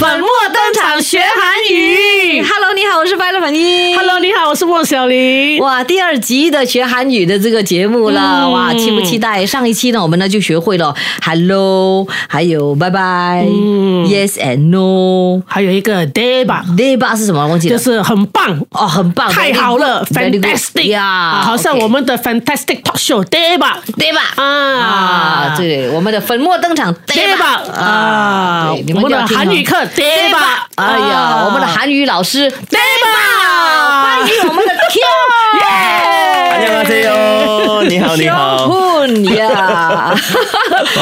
粉墨登场学韩语。 Hello，你好，我是快乐粉一。 Hello，你好，我是莫小黎。哇，第二集的学韩语的这个节目了，嗯哇，期不期待？上一期呢，我们呢就学会了 hello，还有拜拜、y 嗯 e s and no。还有一个 day 吧， day bar 是什么？忘记就了。是很棒。哦，很棒，太好了 very good， ，fantastic 呀！啊！好像我们的 fantastic talk show day 吧 day bar 啊啊，，对，我们的粉墨登场 day 吧啊，对你我们们就要的听韩语哦课啊 day 吧，哎呀，我们的韩语老师 day 吧，欢迎我们的 Q， 안녕하세요，你啊好你好，混 呀！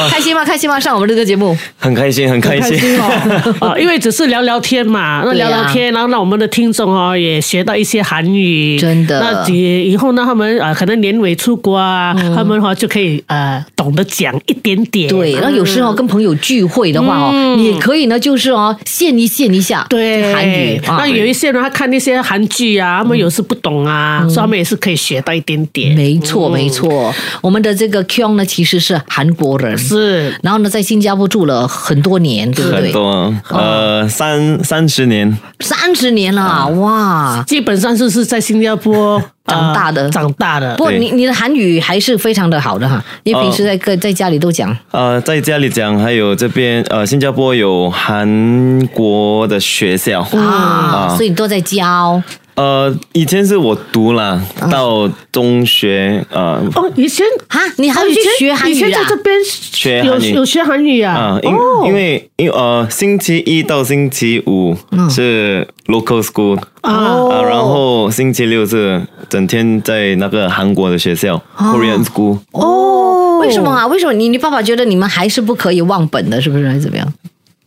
开心吗？开心吗？上我们这个节目，很开心很开心， 哦， 因为只是聊聊天嘛，那对啊聊呀聊天，然后让我们的听众哦也学到一些韩语，真的那以以后呢，他们呃可能年尾出国啊，他们哈就可以呃懂得讲一点点，嗯对，然后有时候跟朋友聚会的话哦，嗯也可以呢，就是哦，献一献一下对韩语啊嗯那。有一些人他看那些韩剧啊，他们有时不懂啊，所以他们也是可以学到一点点，没错，没错，我们的这个 Kyung 呢，其实是韩国人，是然后呢，在新加坡住了很多年，对不很对？多呃三三十年，三十年啊了，哇！基本上就是在新加坡 长大的呃长大的不，过你你的韩语还是非常的好的哈，因为平时在哦个在家里都讲。呃在家里讲，还有这边呃新加坡有韩国的学校，嗯啊，所以你都在教呃以前是我读啦，到中学呃哦，以前啊？你还哦有以去前学韩以前语在啊这？边学有韩语有学韩语啊啊，，因哦因为因为呃星期一到星期五是 local school。啊。啊，然后星期六是整天在那个韩国的学校、Korean School，哦为什么啊？为什么你你爸爸觉得你们还是不可以忘本的，是不是？还是怎么样？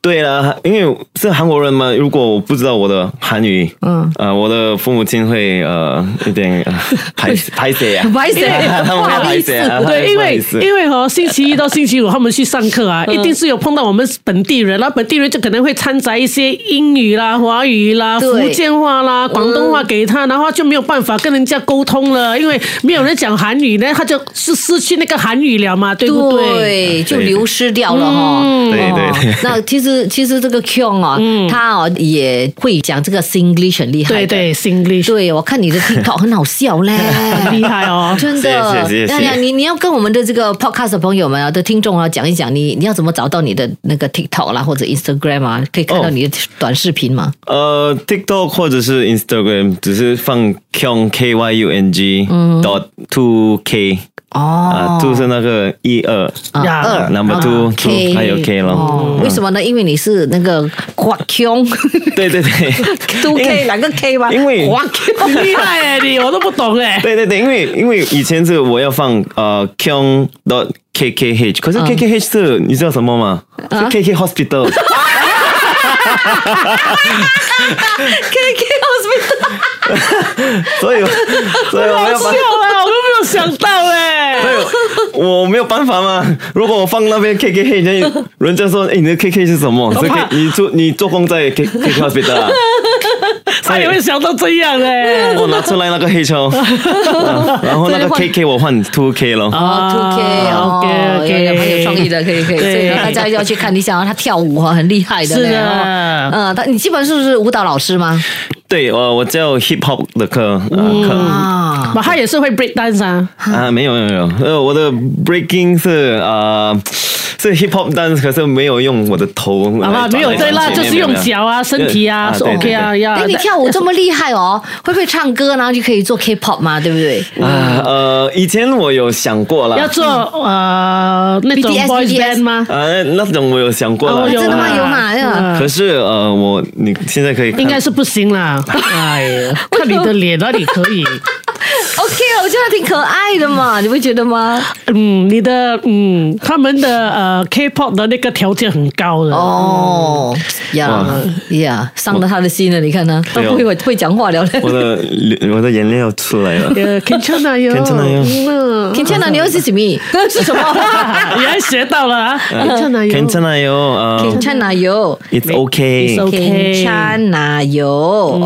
对啦，因为是韩国人嘛，如果我不知道我的韩语，嗯，呃，我的父母亲会呃有点呃排 排谁呀？白谁？ 他不们会好排意思嗯谁，啊？对，因不好为意思因为哦，星期一到星期五他们去上课啊，一定是有碰到我们本地人，然后本地人就可能会掺杂一些英语啦、华语啦、福对建话啦、广东话给他，然后就没有办法跟人家沟通了，嗯因为没有人讲韩语呢，他就是失去那个韩语了嘛，对不对？对，就流失掉了哈。嗯哦对对对那其实其实这个 Kyung 啊，他哦也会讲这个 Singlish 很厉害对的。对，Singlish 对，我看你的 TikTok 很好笑嘞，很 厉害哦。 真的，谢谢谢谢那那你你要跟我们的这个 podcast 的朋友们啊的听众啊讲一讲你，你要怎么找到你的那个 TikTok 啦，或者 Instagram 啊，可以看到哦你的短视频吗？呃，TikTok 或者是 Instagram 只是放 Kyung K Y U N G dot two K 啊哦， ，two 是那个一二呀二，number two two 还有 K 咯。嗯哦，为什么呢？因为你是那个华 强对对对，都 K 两个 K 吗？因为华强 很厉害哎、你我都不懂哎、对对对，因为因为以前是我要放呃 Kyung dot KKH，可是嗯 KKH 是、你知道什么吗？啊是 KK Hospital。 K K Hospital 所以所以我好要笑放，啊，我都没有想到哎、我没有办法嘛。如果我放那边 KKH，人人家说哎、你的 KK 是什么？我是怕 K 你做你做工在 K KK Hospital 啊？ 他也会想到这样哎、我拿出来那个 黑球，啊然后那个 KK 我换 two K 咯。啊哦，Two K 哦 OK，OK 有点蛮有创意的，可以可以，所对以呢大家要去看一下哦，他跳舞啊，很厉害的嘞，是的哦嗯，他你基本上是不是舞蹈老师吗？对，我我叫 hip hop 的课，呃课。嗯啊，嘛，他也是会 break dance 啊，啊，没有没有没有，呃，我的 breaking 是啊、呃是 hip hop dance，可是没有用我的头来好吧，转没有来对转啦，去就是没有用没有脚啊、身体啊，对是对 OK 啊，要哎，你跳舞这么厉害哦，会不会唱歌呢？就可以做 K-pop 嘛，对不 对？啊，呃，以前我有想过啦，要做呃那种 BTS boys BTS band 吗？啊，那种我有想过啦，哦有真的吗？啊有嘛？哎有嘛？可是呃，我你现在可以 看 应该是不行啦，哎呀，看你的脸啊，你可以， OK 哦，我觉得挺可爱的嘛，你不觉得吗？嗯，你的嗯，他们的呃 K-pop 的那个条件很高的。。哦，呀呀，伤了他的心了，你看他，他对哦不会会讲话了嘞。我的流我的眼泪要出来了呃 k i n c h a n a 哟 괜찮아요 嗯天呐，你又是什么？ 是什么？ 原来学到了啊哎 k i n c h a n a 哟 괜찮아요. 어, 天哪油 it's okay. It's okay. 天哪油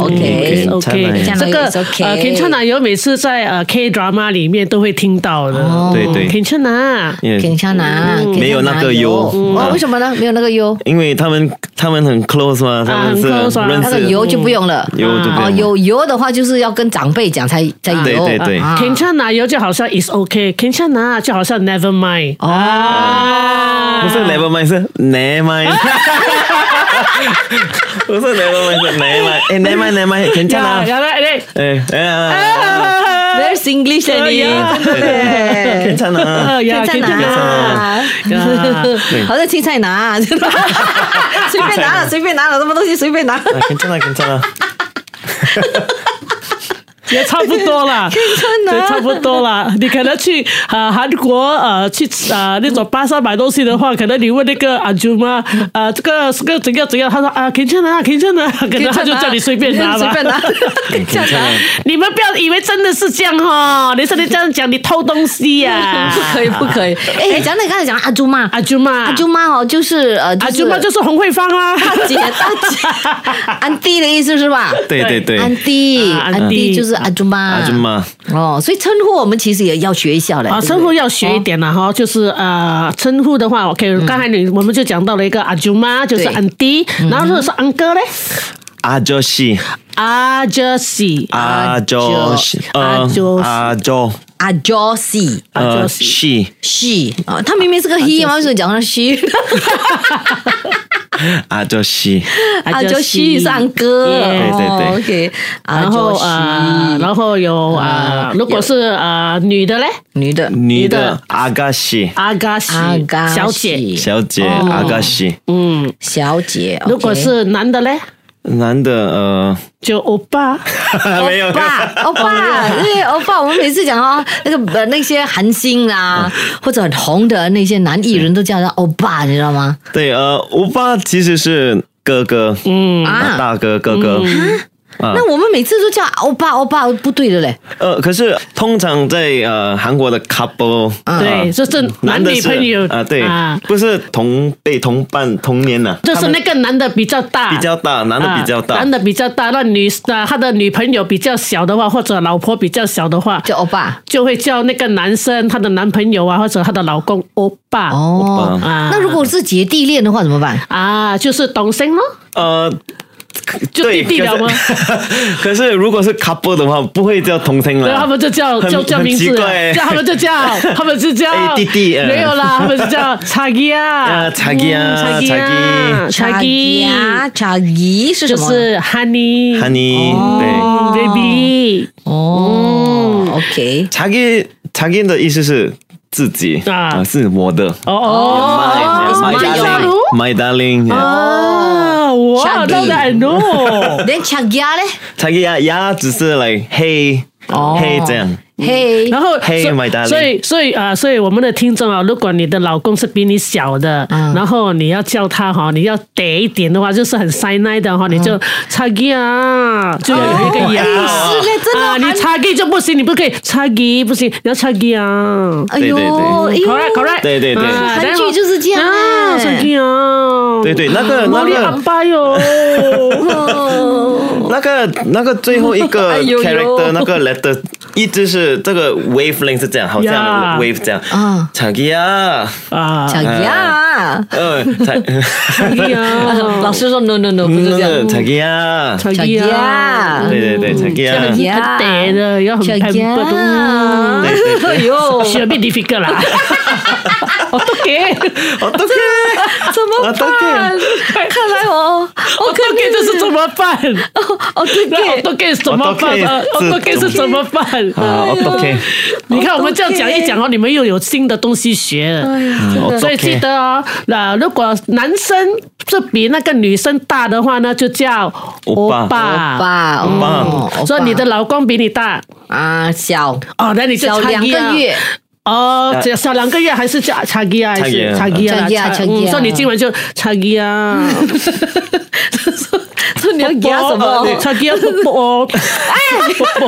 OK ，OK， 괜찮아요 这个呃 k i n c h a n a 哟每次在呃 K drama 里面都会听到的。哦对对 k i n c h a n a Yeah，天哪，没有那个油哦嗯，为什么呢？没有那个油，因为他们他们很 close 嘛，他们是很 close 啊认那个识。油就不用了。油就不哦，用有油的话就是要跟长辈讲才才油。对对对啊 k i n c h a n a 哟就好像 is okay，k i n c h a n a 就好像 never mind。啊不哦，是 never mind，是 never mind。不是 never mind，是 never mind。哎，never mind，never mind，괜찮 呀， 아 原来哎。哎哎啊， very English 啊你，呀 真的嘞 괜찮아哎呀，在天哪啊？呀，好像青菜拿，随便拿了，随便拿了，什么东西随便拿。啊괜찮아괜찮아 也差不多 啦，对，差不多啦。你可能去呃韩国呃去呃那种巴萨买东西的话，可能你问那个阿舅妈，呃这个这个怎样怎样，他说啊可以这样拿，可以这样拿，可能他就叫你随便拿随吧。便拿，这样拿。你们不要以为真的是这样哦，你真的这样讲，你偷东西呀、 不可以，不可以。哎，讲到你刚才讲阿朱妈，阿舅妈，阿朱妈哦，就是呃，阿舅妈就是是洪慧芳啊，大姐，大姐，安迪的意思是吧？对对对，安迪，啊安安迪迪就是阿朱妈，阿舅妈，哦，所以称呼我们其实也要学一下 嘞。啊，对不对称呼要学一点了哈，就是呃，称呼的话，OK，刚才你我们就讲到了一个阿舅妈，就是对嗯 auntie，然后如果是 uncle 嘞，阿周西，阿 Jesse，啊阿周西，阿呃周西阿周，阿 Josie 阿呃周西西， she 啊，他明明是个 he 嘛，为什么讲成 she？阿周西，啊阿 Josie 是安哥， Yeah 哦对 OK，阿然后啊呃， Josie 然后有啊呃，如果是呃女的嘞，女的你的的阿嘎西，阿 a 西阿啊嘎小姐，小姐阿嘎西，嗯，小姐，如果是男的嘞，男的 呃。就欧巴，啊没有 欧巴，欧巴，因为欧巴，我们每次讲哦，那个呃那些韩星啊，嗯或者很红的那些男艺人都叫他欧巴，你知道吗？对，呃，欧巴其实是哥哥，嗯，啊大哥哥哥。嗯啊那我们每次都叫欧巴，欧巴不对的嘞。呃，可是通常在呃韩国的 couple，对，就是男嗯的女是朋友啊，对，不是同辈同伴同年呐，就是那个男的比较大，比较大，男的比较啊大男，的比较大，那女啊他的女朋友比较小的话，或者老婆比较小的话，叫欧巴。就会叫那个男生他的男朋友啊，或者他的老公欧巴。哦，巴啊那如果是姐弟恋的话怎么办？啊，就是懂生咯，呃，就弟对弟了吗？可是 如果是 couple 的话，不会叫同性对，他了们，就叫很叫叫很名奇字怪啊，欸这样他们就叫， 他们就叫哎弟弟呃没有啦，他们就叫查吉啊，啊查吉啊嗯查吉啊，查吉，啊，茶姨是什就么？是 honey，哈尼，对，嗯 baby 嗯哦，OK，查给查给的意思是自己啊啊，是我的哦哦 My- my darling, my my darling. yeah. 啊，哇， Chubby 那个 I know。连茶鸭嘞？ 자기야야只是 like hey hey 这样，嘿， 然后， Hey, 所以 my darling 所以，所以啊、所以我们的听众啊，如果你的老公是比你小的，嗯然后你要叫他哈，你要嗲一点的话，就是很塞奶的嗯哈，你就擦鸡啊，就有哦一个牙，哎是嘞真的啊，你还擦鸡就不行，你不可以擦鸡，不行，你要擦鸡啊。哎呦，对对对哎呦 correct correct，对对对啊韩然剧后就是这样啊，擦哎。鸡啊，对对，那个那茉莉阿个爸 哟，哦那个那个最后一哎个呦呦 character 那个 letter 一直是这个 wavelength 是这样，好像 Yeah wave 这样啊啊，자기야 어, 啊，小鸭，呃，才擦鸡 啊 老，师说 no no no，不是这样。 음, 자기야 擦擦鸡鸡啊啊，对对对，자기야 很嗲的，要很小 p 鸭 e，对对对哎 呦，是有 bit difficult 啦，我都给， 어떡해 怎么 어떡해 办？看来我我我都给这是怎么办？哦对那我都对，给怎么办？ 어떡해 呃我都给是怎么办？啊，어떡해 你看我们这样讲一讲哦，你们又有新的东西学哎了。 어떡 所以记 해 得哦，那如果男生是比那个女生大的话呢，就叫欧巴欧巴。爸，爸哦，所以你的老公比你大，啊，小哦，那你就小差两一啊个月，哦，只小两个月还是差差一啊？还是呃差嗯差一一啊？差一啊差一嗯啊所以你今晚就差一啊？ 说你要给他什么？差一啊，不不哦，不不，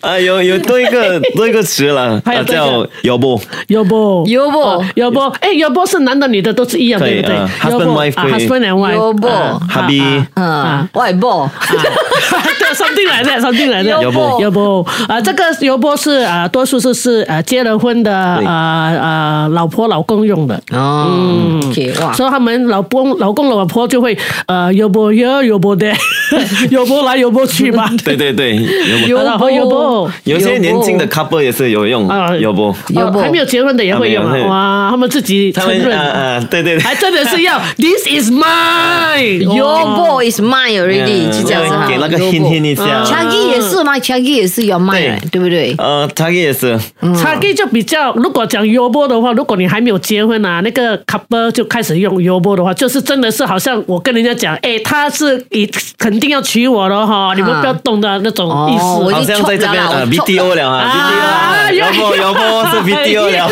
哎啊，有有多一个多一个词了，还有啊多一个叫腰部，有不？有不？有不？哎，有不是男的女的都是一样，可以对不对嗯有不 husband wife 啊可以，husband and 有 wife，不？哈比啊嗯啊，外不？ 对，something like that，something like that。有不？油波啊，这个油波是啊，多数是是呃结了婚的对啊啊老婆老公用的， 어, 哦，OK，哇，所以他们老公老公老婆就会呃油波油油波 的，油波来油波去 吧。对对对，腰部。有然后有不有些年轻的 couple 也是有用啊腰部，有不哦还没有结婚的也会用啊没有啊，哇，他们呃自己他承们啊认，啊，对对对还，真的是 要 this is mine，哦 Your 哇 boy is mine already，嗯就这样子啊哈。给那个 hint hint 一下，强毅也是嘛，强毅也是 your mine，对对 不对？ 呃，他也是，差异就比较，如果讲 y o b o 的话，如果你还没有结婚啊，那个 couple 就开始用 y o b o 的话，就是真的是好像我跟人家讲，哎，他是你肯定要娶我的哈，你们不要动的那种意哦思。我已好经像在这边错了啦呃我错 VTO 了啊啊，VTO，了腰部腰部是 VTO 了，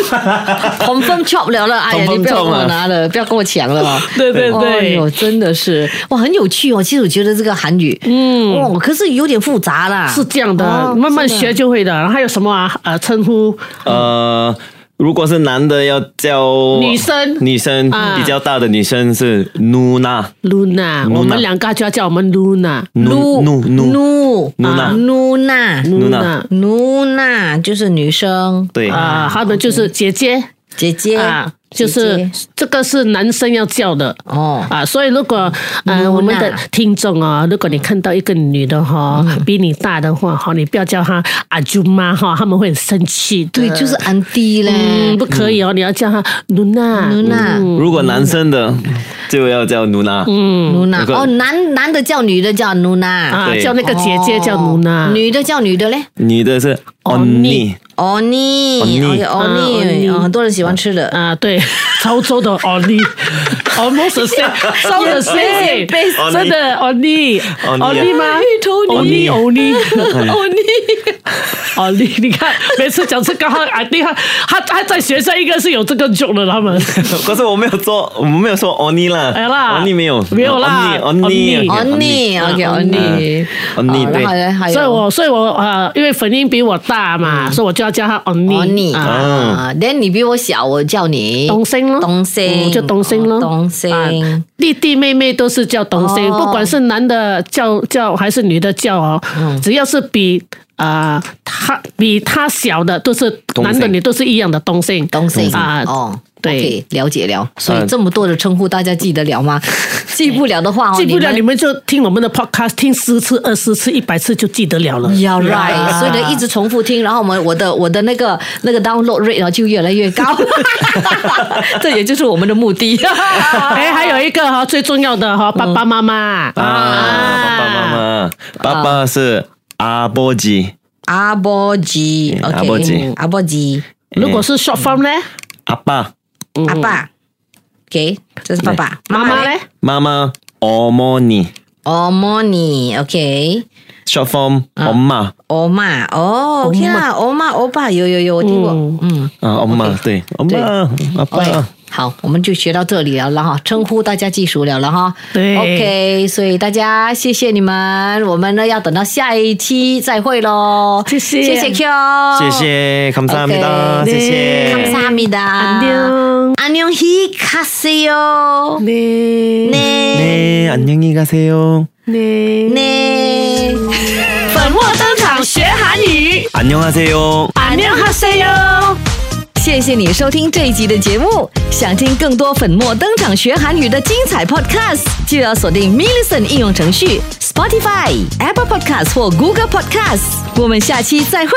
confirm chop 了了，哎呀， confirm 你不要跟 chop 我了拿了，不要跟我抢了哦。 对对对哎呦，真的是哇，很有趣哦。其实我觉得这个韩语，嗯，哇，可是有点复杂啦。是这样的，哦慢慢真的学就会的。然后还有什么啊？呃，称呼呃。如果是男的要叫女生女生啊比较大的女生是 Nuna Luna，我们两个就要叫我们 Luna。 Nu Nu Nu nu 啊 Nuna nuna Nuna Luna nuna 就是女生对啊，还有呢就是姐姐姐嗯姐啊，就姐是姐这个是男生要叫的。哦，啊，所以如果呃我们的听众啊，如果你看到一个女的哈、嗯比你大的话哈，你不要叫她阿舅妈哈，他们会很生气的。对，就是 auntie 嗯，嘞不可以哦，你要叫她露娜。嗯，nuna 如果男生的就要叫 Nuna，那 nuna 个哦，男男的叫女的叫 nuna，嗯啊，对叫那个姐姐叫哦露娜。女的叫女的嘞。女的是 Oni Oni 哦 Oni 尼，哦尼，啊 Oni 哦很多人喜欢吃 的。啊，对，潮州的 o n l y a l m o s t the same，烧的 same， Only 真的 o n l y o n l y 吗 o n l Tony y o n l y o n l y o n l y 你看每次讲这个，他 I think 他他他在学校应该是有这个 joke 的，他们。 可是我没有做，我们没有说 Oni 啦，哎啦 Oni 没有，没有啦 Oni Oni 啊 Oni 尼，OK，哦尼嗯，Oni 哦然后对，呢还有，所以我所以我呃，因为粉英比我大嗯嘛，所以我就要叫他 Oni 哦尼啊，啊，then 你比我小，我叫你东升咯，东升嗯就东升咯，哦东升啊弟弟妹妹都是叫东升，哦不管是男的叫叫还是女的叫哦，只要是比啊他比他小的都是东升男的女都是一样的东升，东升啊哦。对啊 OK，了解了。所以嗯这么多的称呼，大家记得 了吗？记不了的话哦，记不了你们们就听我们的 podcast，听十次、二十次、一百次就记得了了。要 right，所以呢一直重复听，然后我们我的我的那个那个 download rate 呢就越来越 高，这也就是我们的目 的。哎，还有一个哈，最重要的哈，爸爸妈妈 아. 啊啊，爸爸妈妈，爸爸是阿波吉，阿波吉嗯阿波吉，OK，阿波吉，如果是 short form 呢，阿爸阿爸，OK，这是爸爸，妈妈呢？妈妈 Omoni，short 哦，莫尼，OK， form 아. 엄마， 欧妈，哦，OK 啦，欧妈，欧爸，有有有，我听过，嗯，啊 아, 엄마对，엄마 네. 阿嗯 OK，爸，好，我们就学到这里了了哈，称呼大家记熟了了哈。对，OK，所以大家谢谢你们，我们呢要等到下一期再会喽。谢谢谢谢 Q，谢谢，감사합니다， OK 谢谢， 네. 감사합니다 安妞， 안녕히가세요， 你 네 네안녕히가세요， 你 네 粉墨登场学韩语， 안녕하세요。 안녕하세요。 谢谢你收听这一集的节目。想听更多粉墨登场学韩语的精彩 podcast，就要锁定 m i l l i c e n 应用程序、Spotify、Apple Podcast 或 Google Podcast。我们下期再会。